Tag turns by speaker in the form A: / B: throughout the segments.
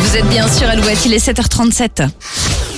A: Vous êtes bien sûr Alouette, il est 7h37.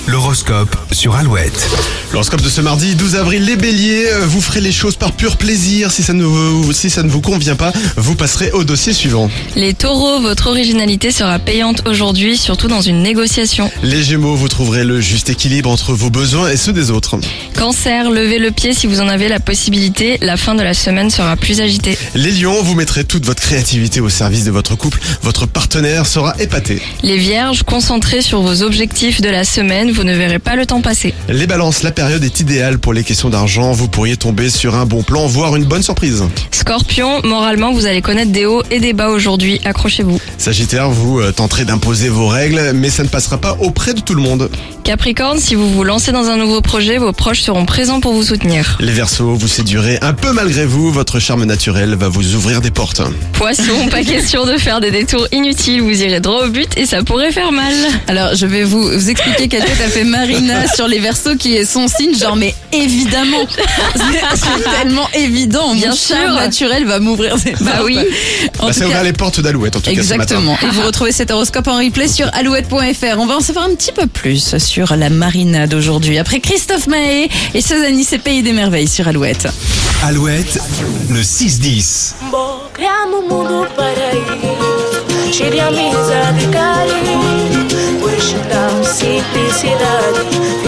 B: L'horoscope sur Alouette.
C: L'horoscope de ce mardi 12 avril, les béliers, euh, vous ferez les choses par pur plaisir. Si ça ne vous, si ça ne vous convient pas, vous passerez au dossier suivant.
A: Les taureaux, votre originalité sera payante aujourd'hui, surtout dans une négociation.
C: Les gémeaux, vous trouverez le juste équilibre entre vos besoins et ceux des autres.
A: Cancer, levez le pied si vous en avez la possibilité, la fin de la semaine sera plus agitée.
C: Les lions, vous mettrez toute votre créativité au service de votre couple. Votre partenaire sera épaté.
A: Les vierges, concentrez sur vos objectifs de la semaine, vous ne verrez pas le temps passer.
C: Les balances, la période est idéale pour les questions d'argent. Vous pourriez tomber sur un bon plan, voire une bonne surprise.
A: Scorpion, moralement vous allez connaître des hauts et des bas aujourd'hui, accrochez-vous.
C: Sagittaire, vous euh, tenterez d'imposer vos règles, mais ça ne passera pas auprès de tout le monde.
A: Capricorne, si vous vous lancez dans un nouveau projet, vos proches seront présents pour vous soutenir.
C: Les Verseaux, vous séduirez un peu malgré vous. Votre charme naturel va vous ouvrir des portes. Bah,
A: Poisson, pas question de faire des détours inutiles, vous irez droit au but et ça pourrait faire mal.
D: Alors, je vais vous, vous expliquer quelle tête a fait Marina sur les versos qui est son signe, genre, mais évidemment, c'est c'est tellement évident, mon
A: Bien
D: charme
A: sûr.
D: naturel va m'ouvrir des
A: Bah
D: portes.
A: oui.
D: En
C: Bah,
D: tout
C: ça a
D: cas,
C: ouvert les portes d'Alouette en tout cas ce matin.
D: Exactement. Et vous retrouvez cet horoscope en replay sur alouette.fr. On va en savoir un petit peu plus sur la marinade aujourd'hui. Après Christophe Mahé et Suzanne c'est Pays des Merveilles sur Alouette.
B: Alouette, le 6-10.
E: Bom, criamos um mundo para ir. Tire a mesa de carinho. Hoje dá simplicidade.